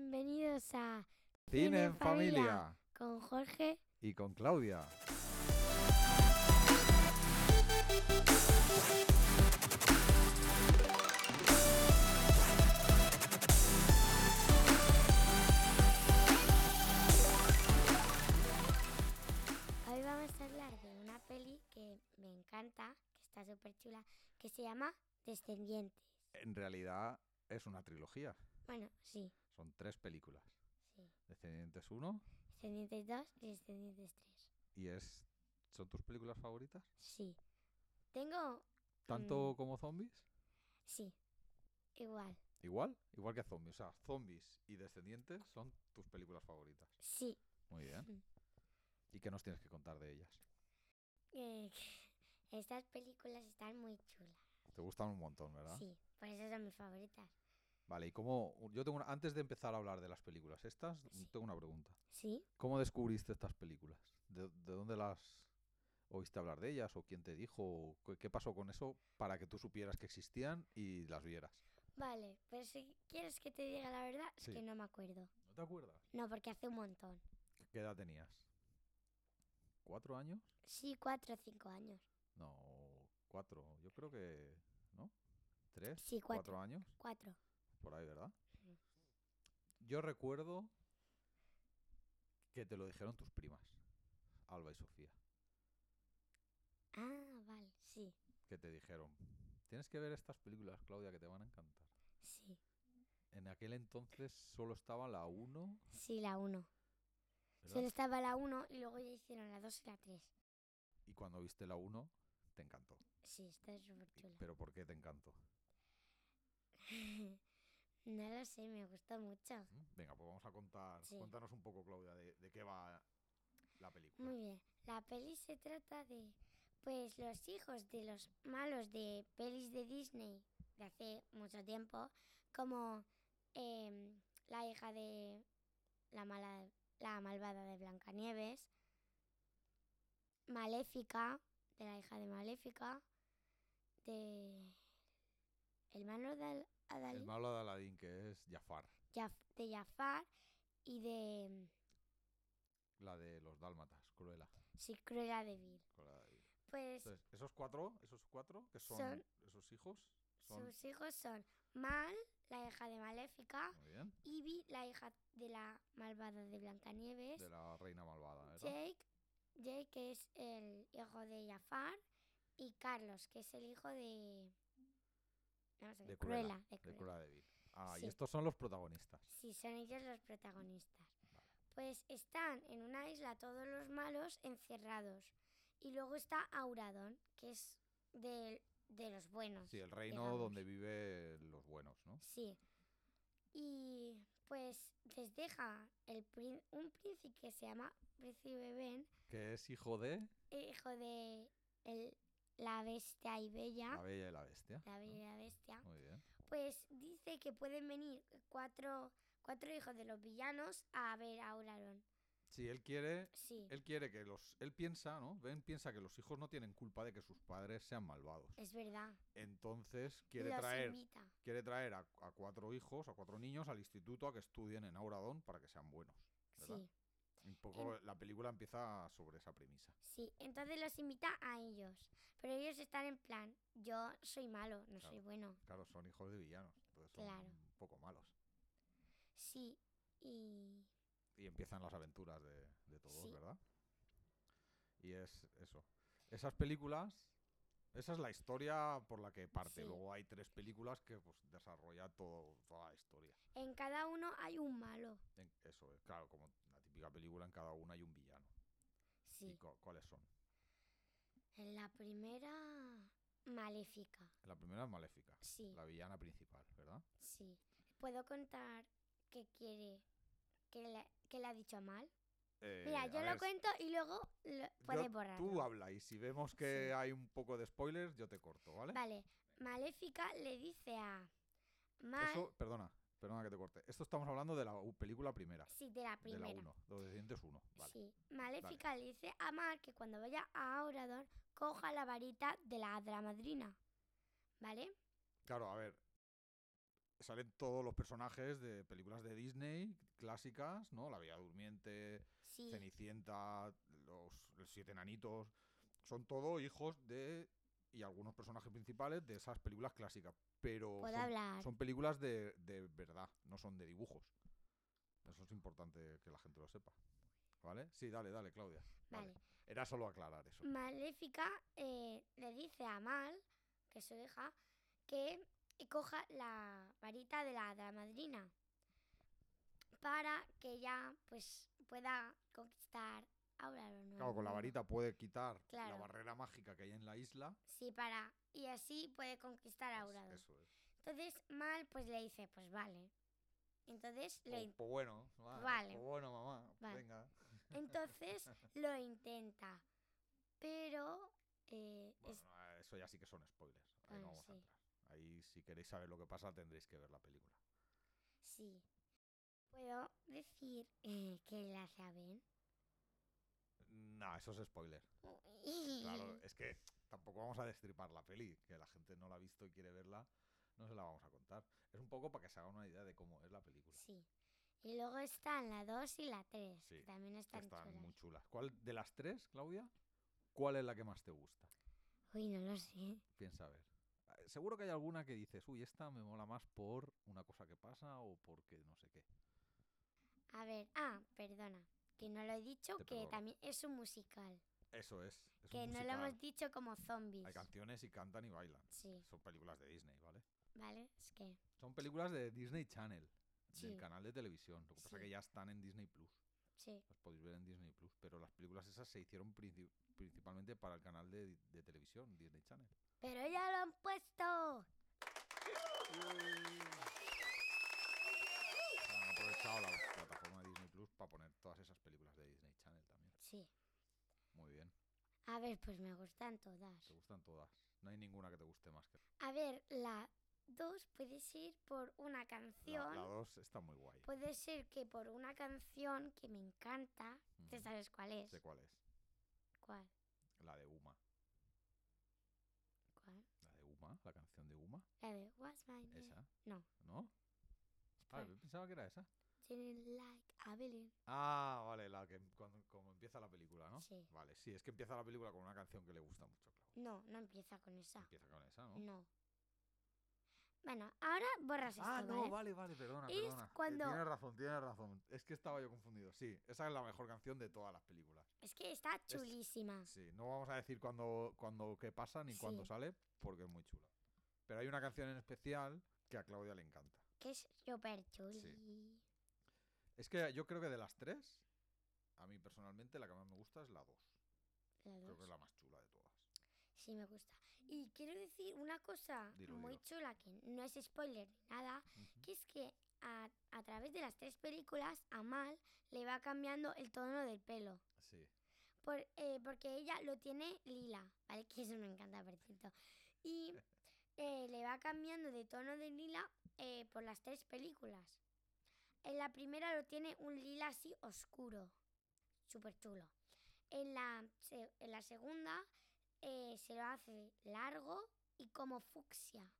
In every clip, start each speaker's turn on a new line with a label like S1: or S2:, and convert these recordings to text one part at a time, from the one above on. S1: Bienvenidos a
S2: Cine en familia
S1: con Jorge.
S2: y con Claudia.
S1: Hoy vamos a hablar de una peli que me encanta, que está súper chula, que se llama Descendientes.
S2: En realidad es una trilogía,
S1: Bueno, sí,
S2: son tres películas.
S1: sí.
S2: Descendientes 1
S1: Descendientes 2 y Descendientes 3.
S2: y es ¿Son tus películas favoritas?
S1: Sí. Tengo...
S2: ¿Tanto como zombies?
S1: Sí. Igual.
S2: Igual, igual que zombies, o sea, zombies y descendientes son tus películas favoritas.
S1: Sí.
S2: Muy bien. ¿Y qué nos tienes que contar de ellas?
S1: Eh, estas películas están muy chulas.
S2: Te gustan un montón, ¿verdad?
S1: Sí, por eso son mis favoritas.
S2: Vale, y cómo yo tengo una- antes de empezar a hablar de las películas estas,
S1: Sí.
S2: tengo una pregunta.
S1: Sí.
S2: ¿Cómo descubriste estas películas? ¿De, de dónde las oíste hablar de ellas? ¿O quién te dijo? ¿O qué- ¿Qué pasó con eso para que tú supieras que existían y las vieras?
S1: Vale, pero si quieres que te diga la verdad,
S2: Sí.
S1: es que no me acuerdo.
S2: ¿No te acuerdas?
S1: No, porque hace un montón.
S2: ¿Qué edad tenías? ¿Cuatro años?
S1: Sí, cuatro o cinco años.
S2: No, cuatro. Yo creo que... ¿No? ¿Tres?
S1: Sí, cuatro.
S2: años?
S1: Cuatro.
S2: Por ahí, ¿verdad? Yo recuerdo que te lo dijeron tus primas, Alba y Sofía,
S1: Ah, vale, sí,
S2: que te dijeron, tienes que ver estas películas, Claudia, que te van a encantar.
S1: sí.
S2: En aquel entonces solo estaba la 1.
S1: Sí, la uno.
S2: ¿verdad?
S1: Solo estaba la uno y luego ya hicieron la dos y la tres.
S2: Y cuando viste la 1, te encantó.
S1: Sí, está súper chula.
S2: ¿Pero por qué te encantó?
S1: No lo sé, me gustó mucho.
S2: ¿Mm? Venga, pues vamos a contar.
S1: Sí.
S2: Cuéntanos un poco, Claudia, de, de qué va la película.
S1: Muy bien. La peli se trata de, pues, los hijos de los malos de pelis de Disney de hace mucho tiempo, como em, la hija de la mala, la malvada de Blancanieves, Maléfica de la hija de Maléfica, de el malo de Al-
S2: El
S1: Adalid,
S2: malo de Aladdin, que es Jafar,
S1: Jaf- de Jafar y de em,
S2: la de los dálmatas, Cruella.
S1: sí, Cruella de Vil.
S2: Cruella de Vil.
S1: Pues
S2: Entonces, esos cuatro, esos cuatro, que son,
S1: Son-
S2: esos hijos, son...
S1: Sus hijos son Mal, la hija de Maléfica,
S2: Muy bien.
S1: Ivy, la hija de la malvada de Blancanieves,
S2: De la reina malvada, ¿verdad?
S1: Jake, Jake que es el hijo de Jafar, y Carlos, que es el hijo de... No sé,
S2: De
S1: Cruella,
S2: Cruella.
S1: de Cruella.
S2: Cruella de Vil. Ah,
S1: Sí.
S2: y estos son los protagonistas.
S1: Sí, son ellos los protagonistas.
S2: Vale.
S1: Pues están en una isla todos los malos encerrados. Y luego está Auradon, que es del- de, los buenos.
S2: Sí, el reino
S1: digamos.
S2: donde viven los buenos, ¿no?
S1: Sí. Y pues les deja el prín- un príncipe que se llama Príncipe Ben,
S2: Que es hijo de
S1: hijo de el- la bestia y
S2: la
S1: bella,
S2: bella y la bestia.
S1: la bella y la bestia.
S2: Muy bien.
S1: Pues dice que pueden venir cuatro, cuatro hijos de los villanos a ver a Auralon.
S2: Sí, él quiere,
S1: Sí,
S2: él quiere que los, él piensa, ¿no? Ben piensa que los hijos no tienen culpa de que sus padres sean malvados.
S1: es verdad.
S2: Entonces
S1: Y
S2: quiere
S1: los
S2: traer,
S1: invita.
S2: quiere traer a, a cuatro hijos, a cuatro niños al instituto a que estudien en Auradón para que sean buenos. ¿verdad?
S1: Sí,
S2: Un poco la película empieza sobre esa premisa.
S1: sí. Entonces los invita a ellos. Pero ellos están en plan, yo soy malo, no soy
S2: Claro.
S1: bueno.
S2: Claro, son hijos de villanos, entonces son
S1: Claro.
S2: un poco malos.
S1: Sí, y
S2: Y empiezan las aventuras de, de todos,
S1: Sí.
S2: ¿verdad? Y es eso. Esas películas, esa es la historia por la que parte.
S1: Sí.
S2: Luego hay tres películas que pues, desarrolla todo, toda la historia.
S1: En cada uno hay un malo.
S2: En- eso es, claro, como la típica película, en cada una hay un villano. ¿Y
S1: Sí.
S2: cu- cuáles son?
S1: En la primera, maléfica.
S2: La primera es Maléfica,
S1: Sí,
S2: la villana principal, ¿verdad?
S1: sí. ¿Puedo contar qué quiere? ¿Qué le, qué le ha dicho a Mal?
S2: Eh,
S1: Mira,
S2: a
S1: yo lo
S2: ver,
S1: cuento y luego lo,
S2: yo-
S1: puedes borrar.
S2: Tú habla y si vemos que
S1: Sí.
S2: hay un poco de spoilers, yo te corto, ¿vale?
S1: Vale, maléfica le dice a Mal.
S2: Eso, perdona, perdona que te corte. Esto estamos hablando de la u- película primera.
S1: Sí, de la primera.
S2: De la 1, los descendientes 1. Vale.
S1: Sí, Maléfica le dice a Mar que cuando vaya a Aurador coja la varita de la hada madrina. ¿Vale?
S2: Claro, a ver. Salen todos los personajes de películas de Disney clásicas, ¿no? La Bella Durmiente,
S1: Sí,
S2: Cenicienta, los, los Siete Enanitos, son todos hijos de, y algunos personajes principales de esas películas clásicas, pero
S1: puedo
S2: son,
S1: hablar.
S2: son películas de, de verdad, no son de dibujos. Eso es importante que la gente lo sepa. ¿Vale? Sí, dale, dale, Claudia.
S1: Vale.
S2: Era solo aclarar eso.
S1: Maléfica eh, le dice a Mal, que es su hija, que eh, coja la varita de la, de la madrina para que ella pues pueda conquistar a Aurora. ¿no?
S2: Claro, con la varita puede quitar la
S1: Claro.
S2: barrera mágica que hay en la isla.
S1: Sí, para. Y así puede conquistar a
S2: Pues
S1: Aurora.
S2: eso es.
S1: Entonces Mal pues le dice, pues vale. Entonces lo,
S2: Pues,
S1: in-
S2: pues bueno, vale,
S1: Vale.
S2: pues bueno, mamá.
S1: Vale.
S2: Venga.
S1: entonces lo intenta. Pero eh,
S2: Bueno,
S1: es-
S2: no, eso ya sí que son spoilers. Ahí
S1: Ah,
S2: no vamos a
S1: sí.
S2: entrar. Ahí si queréis saber lo que pasa tendréis que ver la película.
S1: sí. Puedo decir eh, que la saben.
S2: No, eso es spoiler. Claro, es que tampoco vamos a destripar la peli, que la gente no la ha visto y quiere verla, no se la vamos a contar. Es un poco para que se haga una idea de cómo es la película.
S1: Sí. Y luego están la 2 y la 3,
S2: Sí,
S1: que también
S2: que
S1: están,
S2: están
S1: chulas.
S2: muy chulas. ¿Cuál de las tres, Claudia? ¿Cuál es la que más te gusta?
S1: Uy, no lo sé.
S2: Piensa a ver. Eh, Seguro que hay alguna que dices, uy, esta me mola más por una cosa que pasa o porque no sé qué.
S1: A ver, ah, perdona, que no lo he dicho,
S2: Te
S1: que
S2: perdono.
S1: también es un musical.
S2: Eso es. es
S1: que
S2: un
S1: no lo
S2: musical.
S1: hemos dicho como zombies.
S2: Hay canciones y cantan y bailan.
S1: Sí,
S2: Son películas de Disney, ¿vale?
S1: ¿vale? Es que...
S2: Son películas de Disney Channel, del
S1: Sí.
S2: canal de televisión. Lo que pasa es
S1: Sí.
S2: que ya están en Disney Plus.
S1: Sí,
S2: Las podéis ver en Disney Plus. Pero las películas esas se hicieron princi- principalmente para el canal de, de televisión, Disney Channel.
S1: pero ya lo han puesto.
S2: Han aprovechado la plataforma de Disney Plus para poner todas esas películas de Disney Channel también.
S1: Sí.
S2: Muy bien.
S1: A ver, pues me gustan todas.
S2: Te gustan todas. No hay ninguna que te guste más que
S1: A ver, la 2 puedes ir por una
S2: la,
S1: canción.
S2: la 2. Está muy guay.
S1: Puede ser que por una canción que me encanta, ¿te
S2: Ujú.
S1: sabes cuál Pues es?
S2: Mm, Sé cuál es.
S1: ¿Cuál?
S2: La de Uma.
S1: ¿Cuál?
S2: La de Uma, la canción de Uma.
S1: La de What's My Name?
S2: Esa.
S1: No.
S2: ¿No? Ah,
S1: Espera.
S2: yo pensaba que era esa.
S1: Jenny like a Billion.
S2: Ah, vale, la que cuando como empieza la película, ¿no?
S1: Sí.
S2: Vale, sí, es que empieza la película con una canción que le gusta mucho, Clau.
S1: No, no empieza con esa.
S2: Empieza con esa, ¿no?
S1: No. Bueno, ahora borras esto,
S2: Ah, no,
S1: ¿vale?
S2: vale, vale, perdona,
S1: ¿eh? Es
S2: perdona. Eh,
S1: cuando-
S2: Tienes razón, tienes razón. Es que estaba yo confundido. Sí, esa es la mejor canción de todas las películas.
S1: Es que está chulísima.
S2: Sí, no vamos a decir cuándo cuando qué pasa ni cuándo
S1: Sí.
S2: sale, porque es muy chula. Pero hay una canción en especial que a Claudia le encanta.
S1: Que es súper chuli.
S2: Es que yo creo que de las tres, a mí personalmente la que más me gusta es la dos.
S1: La
S2: Creo que
S1: dos.
S2: es la más chula de todas.
S1: Sí, me gusta. Y quiero decir una cosa
S2: Dilo,
S1: muy
S2: dilo.
S1: chula que no es spoiler ni nada,
S2: Ujú.
S1: que es que a, a través de las tres películas a Mal le va cambiando el tono del pelo.
S2: Sí.
S1: Por- eh, porque ella lo tiene lila, ¿vale? Que eso me encanta, por cierto. Y eh, le va cambiando de tono de lila eh, por las tres películas. En la primera lo tiene un lila así oscuro, súper chulo. En la, se- en la segunda eh, se lo hace largo y como fucsia.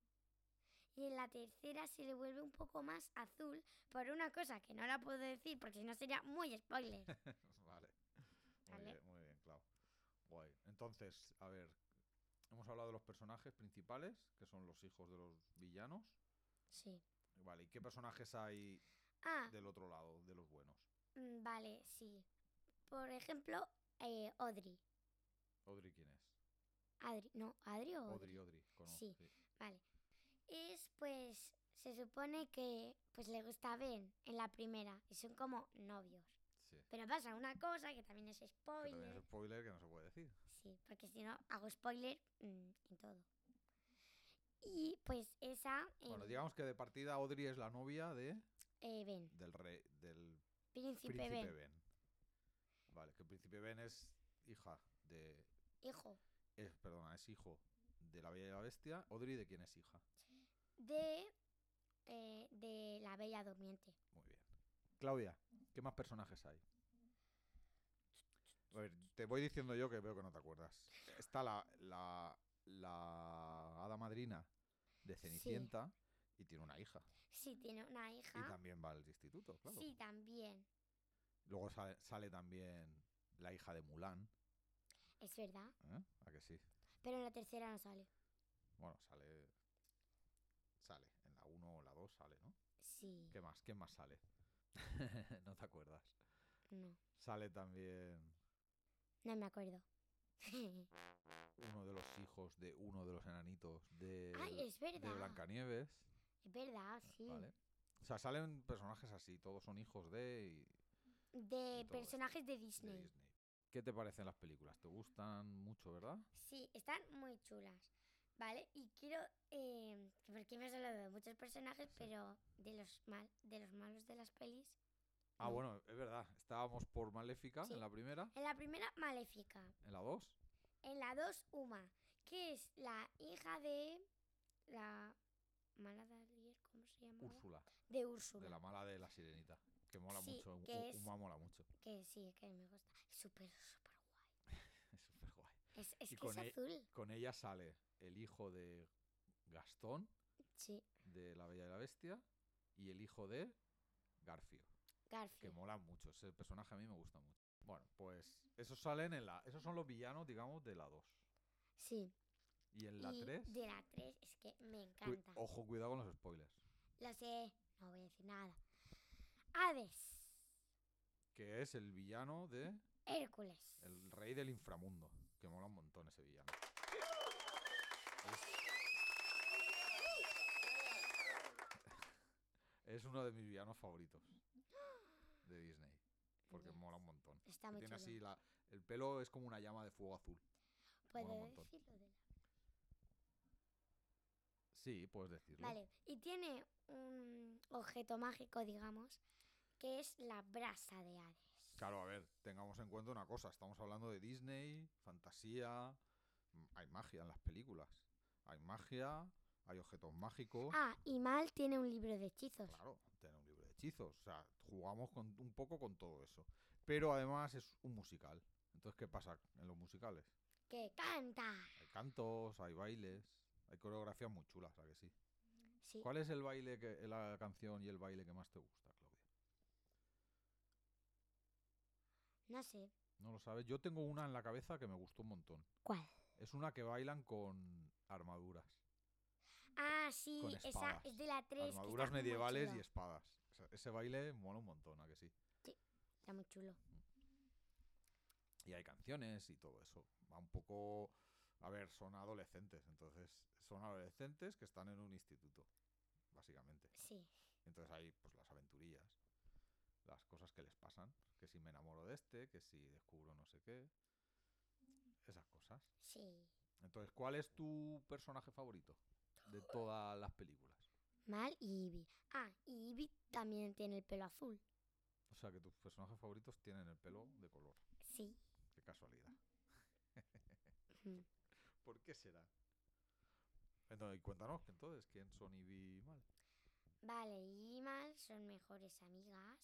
S1: Y en la tercera se le vuelve un poco más azul por una cosa que no la puedo decir porque si no sería muy spoiler.
S2: Vale. Muy
S1: Vale.
S2: bien, muy bien, Clau. Guay. Entonces, a ver, hemos hablado de los personajes principales, que son los hijos de los villanos.
S1: Sí.
S2: Vale, ¿y qué personajes hay
S1: Ah,
S2: del otro lado, de los buenos?
S1: Mm, Vale, sí. Por ejemplo, eh, Audrey.
S2: Audrey, ¿quién es?
S1: Adri, no, Adri o Audrey?
S2: Audrey, Audrey, conozco.
S1: Sí. Vale. Es pues, se supone que pues le gusta Ben en la primera y son como novios.
S2: sí.
S1: Pero pasa una cosa que también es
S2: Que
S1: spoiler.
S2: también es spoiler que no se puede decir.
S1: Sí, porque si no hago spoiler mm, en todo. Y pues esa
S2: Bueno,
S1: em,
S2: digamos que de partida Audrey es la novia de,
S1: eh, Ben,
S2: del rey, del
S1: príncipe,
S2: príncipe
S1: Ben,
S2: ben. Vale, que el príncipe Ben es hija de...
S1: hijo
S2: Es, perdona, es hijo de la Bella y la Bestia. Audrey, ¿de quién es hija?
S1: de eh, de la Bella Durmiente.
S2: Muy bien. Claudia, ¿qué más personajes hay? A ver, te voy diciendo yo que veo que no te acuerdas. Está la, la, la hada madrina de Cenicienta y tiene una hija.
S1: Sí, tiene una
S2: Y
S1: hija. Ah.
S2: también va al instituto, claro.
S1: sí, Sí, también.
S2: Luego sale, sale también la hija de Mulan.
S1: Es verdad.
S2: ¿eh? ¿A que sí?
S1: Pero en la tercera no sale.
S2: Bueno, sale. Sale. En la 1 o la 2 sale, ¿no?
S1: Sí.
S2: ¿Qué más? ¿Qué más sale? no te acuerdas.
S1: No.
S2: Sale también
S1: No me acuerdo.
S2: uno de los hijos de uno de los enanitos de,
S1: Ay, es
S2: de
S1: verdad.
S2: Blancanieves.
S1: Es verdad, sí.
S2: ¿Vale? O sea, salen personajes así, todos son hijos de, y-
S1: De
S2: Y todo
S1: personajes de
S2: de
S1: Disney.
S2: Disney. ¿Qué te parecen las películas? ¿Te gustan mucho, verdad?
S1: Sí, están muy chulas. Vale, y quiero. eh, porque hemos hablado de muchos personajes,
S2: Sí.
S1: pero de los, mal, de los malos de las pelis.
S2: Ah,
S1: No.
S2: bueno, es verdad. Estábamos por Maléfica
S1: Sí.
S2: en la primera,
S1: En la primera, Maléfica.
S2: en la dos.
S1: En la 2, Uma, que es la hija de. La. Mala de ayer, ¿cómo se llama?
S2: Úrsula,
S1: De Úrsula.
S2: de la mala de la sirenita, que mola
S1: Sí,
S2: mucho. U-
S1: que es-
S2: Uma mola mucho.
S1: Que sí, que me gusta. Es súper, súper guay.
S2: Es súper guay.
S1: Es, es
S2: Y
S1: que es
S2: con e-
S1: azul.
S2: Con ella sale el hijo de Gastón,
S1: Sí,
S2: de La Bella y la Bestia, y el hijo de Garfio. que
S1: Garfield.
S2: mola mucho. Ese personaje a mí me gusta mucho. Bueno, pues esos salen en la. Esos son los villanos, digamos, de la 2.
S1: Sí.
S2: Y en la oh.
S1: y
S2: 3.
S1: De la 3, es que me encanta.
S2: Ojo, cuidado con los spoilers.
S1: Lo sé, no voy a decir nada. Hades,
S2: Que es el villano de.
S1: Hércules.
S2: El rey del inframundo. Que mola un montón ese villano. Es, es uno de mis villanos favoritos. De Disney. Porque
S1: Ya.
S2: mola un montón.
S1: Está
S2: Que
S1: muy
S2: Tiene
S1: chulo.
S2: así la. El pelo es como una llama de fuego azul.
S1: ¿Puedo
S2: mola un montón.
S1: decirlo de la-
S2: Sí, puedes decirlo.
S1: Vale, y tiene un objeto mágico, digamos, que es la brasa de Hades.
S2: Claro, a ver, tengamos en cuenta una cosa, estamos hablando de Disney, fantasía, mm, hay magia en las películas, hay magia, hay objetos mágicos,
S1: Ah, y Mal tiene un libro de hechizos.
S2: Oh. claro, tener un libro de hechizos, o sea, jugamos con, un poco con todo eso, pero además es un musical, entonces ¿qué pasa en los musicales?
S1: Que canta.
S2: Hay cantos, hay bailes, hay coreografías muy chulas, ¿a que sí?
S1: Sí.
S2: ¿Cuál es el baile, que, la canción y el baile que más te gusta, Claudia?
S1: No sé.
S2: No lo sabes, yo tengo una en la cabeza que me gustó un montón,
S1: ¿Cuál?
S2: es una que bailan con armaduras.
S1: Ah, sí,
S2: Con
S1: esa
S2: espadas.
S1: es de la 3.
S2: Armaduras medievales y espadas. Ese, ese baile mola un montón, ¿a que sí?
S1: Está muy chulo.
S2: Y hay canciones y todo eso. Va un poco... A ver, son adolescentes, entonces son adolescentes que están en un instituto, básicamente.
S1: Sí.
S2: Entonces hay pues las aventurillas, las cosas que les pasan, que si me enamoro de este, que si descubro no sé qué, esas cosas.
S1: Sí.
S2: Entonces, ¿cuál es tu personaje favorito de todas las películas?
S1: Mal y Ibi. Ah, y Ibi también tiene el pelo azul.
S2: O sea, que tus personajes favoritos tienen el pelo de color.
S1: Sí.
S2: Qué casualidad.
S1: Mm.
S2: ¿Por qué será? Entonces, cuéntanos entonces quién son Ivy y Mal.
S1: Vale, y Mal son mejores amigas.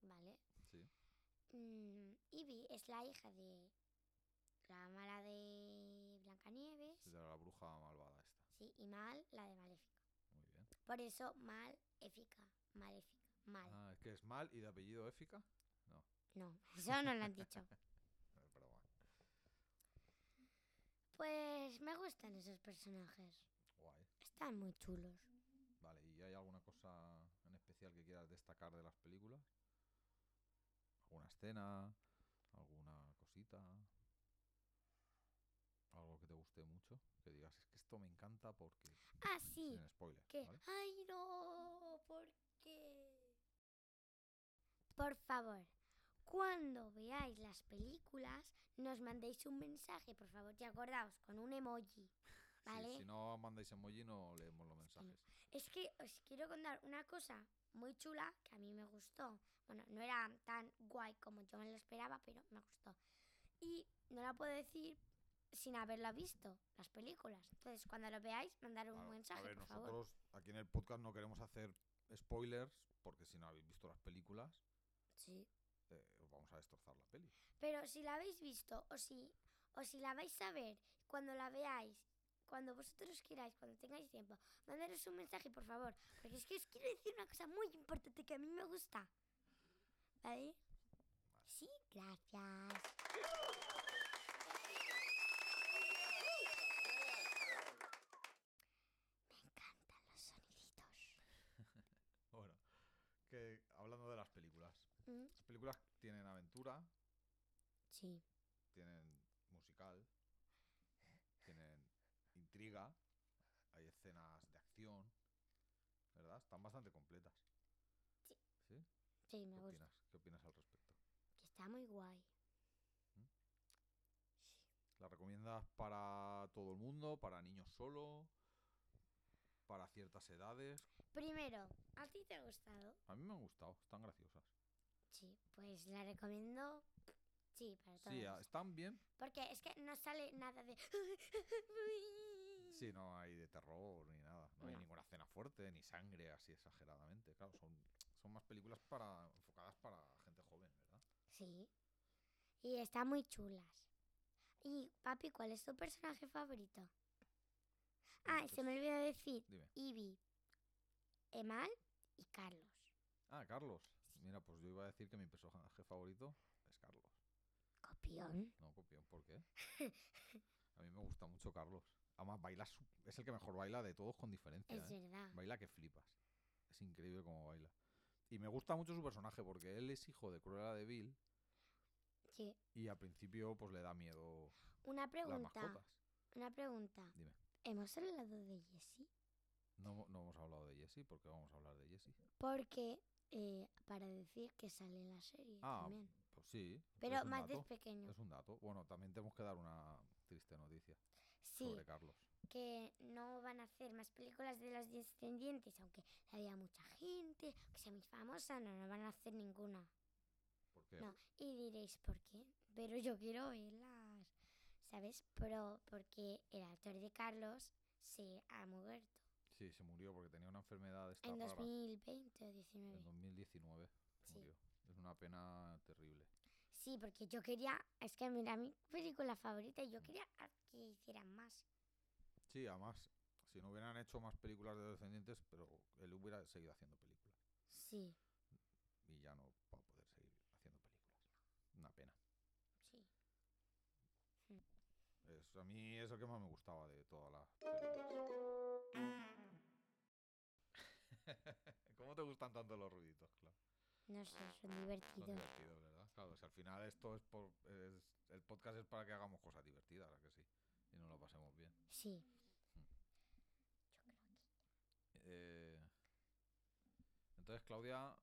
S1: Vale.
S2: Sí.
S1: Mm, Ivy es la hija de la mala de Blancanieves.
S2: Es de la bruja malvada esta.
S1: Sí, y Mal, la de Maléfica.
S2: Muy bien.
S1: Por eso Mal, Éfica, Maléfica, Mal.
S2: Ah, es que es Mal y de apellido Éfica.
S1: No, eso no lo han dicho.
S2: Eh, Pero bueno,
S1: Pues me gustan esos personajes.
S2: guay.
S1: Están muy chulos.
S2: Vale, ¿y hay alguna cosa en especial que quieras destacar de las películas? ¿Alguna escena? ¿Alguna cosita? ¿Algo que te guste mucho? Que digas, es que esto me encanta porque...
S1: Ah, sí,
S2: Sin spoiler,
S1: que...
S2: ¿vale?
S1: ¡Ay, no! ¿Por qué? Por favor, cuando veáis las películas, nos mandéis un mensaje, por favor, y acordaos, con un emoji.
S2: Sí,
S1: ¿Vale?
S2: si no mandáis emoji no leemos los
S1: que no.
S2: mensajes.
S1: Es que os quiero contar una cosa muy chula que a mí me gustó. Bueno, no era tan guay como yo me lo esperaba, pero me gustó. Y no la puedo decir sin haberla visto, las películas. Entonces, cuando lo veáis, mandar un
S2: Claro,
S1: mensaje,
S2: a ver,
S1: por favor.
S2: nosotros aquí en el podcast no queremos hacer spoilers porque si no habéis visto las películas
S1: Sí.
S2: eh, os vamos a destrozar la peli.
S1: Pero si la habéis visto o si, o si la vais a ver, cuando la veáis, cuando vosotros queráis, cuando tengáis tiempo, mandaros un mensaje, por favor. Porque es que os quiero decir una cosa muy importante que a mí me gusta. ¿Vale? Sí, gracias. Me encantan los soniditos.
S2: Bueno, que hablando de las películas.
S1: Mm,
S2: Las películas tienen aventura,
S1: Sí.
S2: tienen musical, tienen intriga, hay escenas de acción, ¿verdad? Están bastante completas.
S1: Sí.
S2: ¿Sí?
S1: Sí,
S2: ¿Qué
S1: me gusta.
S2: opinas? ¿Qué opinas al respecto?
S1: Que está muy guay.
S2: ¿La recomiendas para todo el mundo, para niños solo, para ciertas edades?
S1: Primero, ¿a ti te ha gustado?
S2: A mí me han gustado, están graciosas.
S1: Sí, pues la recomiendo. Sí, para todos.
S2: Sí, a- están bien.
S1: Porque es que no sale nada de.
S2: Sí, no hay de terror ni nada. No, hay
S1: No.
S2: ninguna escena fuerte, ni sangre así exageradamente. Claro, son, son más películas para enfocadas para gente joven, ¿verdad?
S1: Sí. Y están muy chulas. Y papi, ¿cuál es tu personaje favorito? Ah, y se
S2: Entonces-
S1: me olvidó decir.
S2: Dime.
S1: Ivy, Emal y Carlos.
S2: Ah, Carlos. Mira, pues yo iba a decir que mi personaje favorito es Carlos.
S1: Copión.
S2: No, copión, ¿por qué? A mí me gusta mucho Carlos. Además, baila, su- es el que mejor baila de todos con diferencia.
S1: Es
S2: ¿eh?
S1: verdad.
S2: Baila que flipas. Es increíble cómo baila. Y me gusta mucho su personaje porque él es hijo de Cruella de Vil
S1: Sí.
S2: y al principio pues le da miedo
S1: Una
S2: las mascotas.
S1: pregunta. Una pregunta.
S2: Dime.
S1: ¿Hemos hablado de Jessie?
S2: No, mo- no hemos hablado de Jessie, porque vamos a hablar de Jessie?
S1: Porque, eh, para decir que sale en la serie
S2: Ah,
S1: también.
S2: pues sí. es
S1: Pero
S2: un
S1: más de
S2: dato,
S1: pequeño.
S2: Es un dato. Bueno, también tenemos que dar una triste noticia
S1: Sí,
S2: sobre Carlos.
S1: que no van a hacer más películas de los descendientes, aunque había mucha gente, que sea muy famosa, no, no van a hacer ninguna.
S2: Porque
S1: No, y diréis, ¿por qué? Pero yo quiero verlas, ¿sabes? Pero porque el actor de Carlos se ha muerto
S2: sí, se murió porque tenía una enfermedad de esta
S1: en
S2: rara.
S1: 2020 o
S2: En
S1: 19.
S2: 2019
S1: Sí.
S2: se murió. Es una pena terrible.
S1: Sí, porque yo quería, es que mira, mi película favorita, yo quería a- que hicieran más.
S2: Sí, además, si no hubieran hecho más películas de Descendientes, pero él hubiera seguido haciendo películas.
S1: Sí,
S2: Y ya no va a poder seguir haciendo películas. Una pena.
S1: sí.
S2: Es, a mí es lo que más me gustaba de todas las películas. ¿Cómo te gustan tanto los ruiditos, claro?
S1: No sé, son
S2: Son
S1: divertidos.
S2: divertidos, ¿verdad? Claro, si al final esto es por... es- el podcast es para que hagamos cosas divertidas, ¿a que sí? Y nos lo pasemos bien.
S1: Sí.
S2: Eh, entonces, Claudia,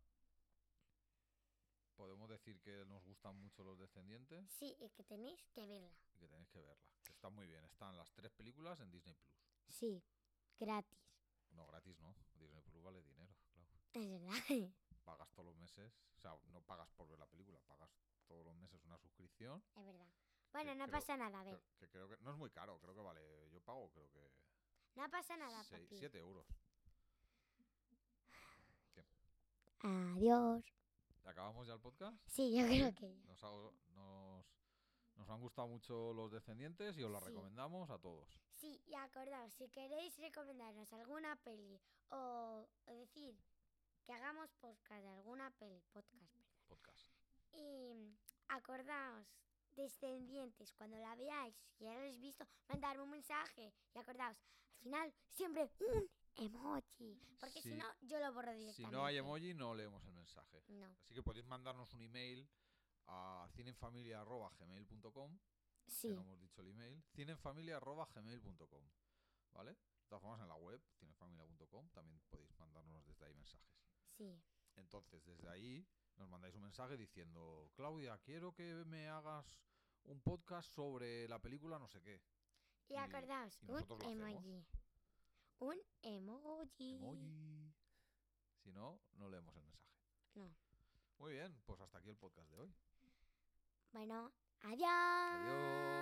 S2: podemos decir que nos gustan mucho los descendientes
S1: Sí, y que tenéis que verla.
S2: y que tenéis que verla. Que está muy bien. Están las tres películas en Disney Plus.
S1: Sí, gratis.
S2: No, gratis no. Disney Plus vale dinero, claro.
S1: Es verdad.
S2: Pagas todos los meses. O sea, no pagas por ver la película, pagas todos los meses una suscripción.
S1: Es verdad. Bueno, no
S2: creo-
S1: pasa nada, a ver.
S2: Que, que creo que no es muy caro, creo que vale. Yo pago, creo que.
S1: No pasa nada,
S2: seis-
S1: papi.
S2: siete euros.
S1: Adiós.
S2: ¿Acabamos ya el podcast?
S1: Sí, yo creo que ya.
S2: Nos, ha- nos, nos han gustado mucho los descendientes y os la
S1: Sí.
S2: recomendamos a todos.
S1: Sí, y acordaos, si queréis recomendarnos alguna peli o, o decir que hagamos podcast de alguna peli, podcast, perdón.
S2: Podcast.
S1: Y mm, acordaos, descendientes, cuando la veáis, si ya la habéis visto, mandarme un mensaje. Y acordaos, al final, siempre un emoji. Porque si
S2: Sí.
S1: no, yo lo borro
S2: Si
S1: directamente.
S2: no hay emoji, no leemos el mensaje.
S1: No.
S2: Así que podéis mandarnos un email a cineenfamilia.gmail.com
S1: Sí.
S2: que no hemos dicho el email, cineenfamilia.gmail.com, ¿vale? De todas formas, en la web, cineenfamilia.com, también podéis mandarnos desde ahí mensajes.
S1: Sí.
S2: Entonces, desde ahí nos mandáis un mensaje diciendo, Claudia, quiero que me hagas un podcast sobre la película no sé qué.
S1: Y
S2: Y-
S1: acordaos,
S2: y
S1: un
S2: nosotros lo hacemos.
S1: emoji. Un emoji.
S2: Emoji. Si no, no leemos el mensaje.
S1: No.
S2: Muy bien, pues hasta aquí el podcast de hoy.
S1: Bueno, adiós.
S2: Adiós.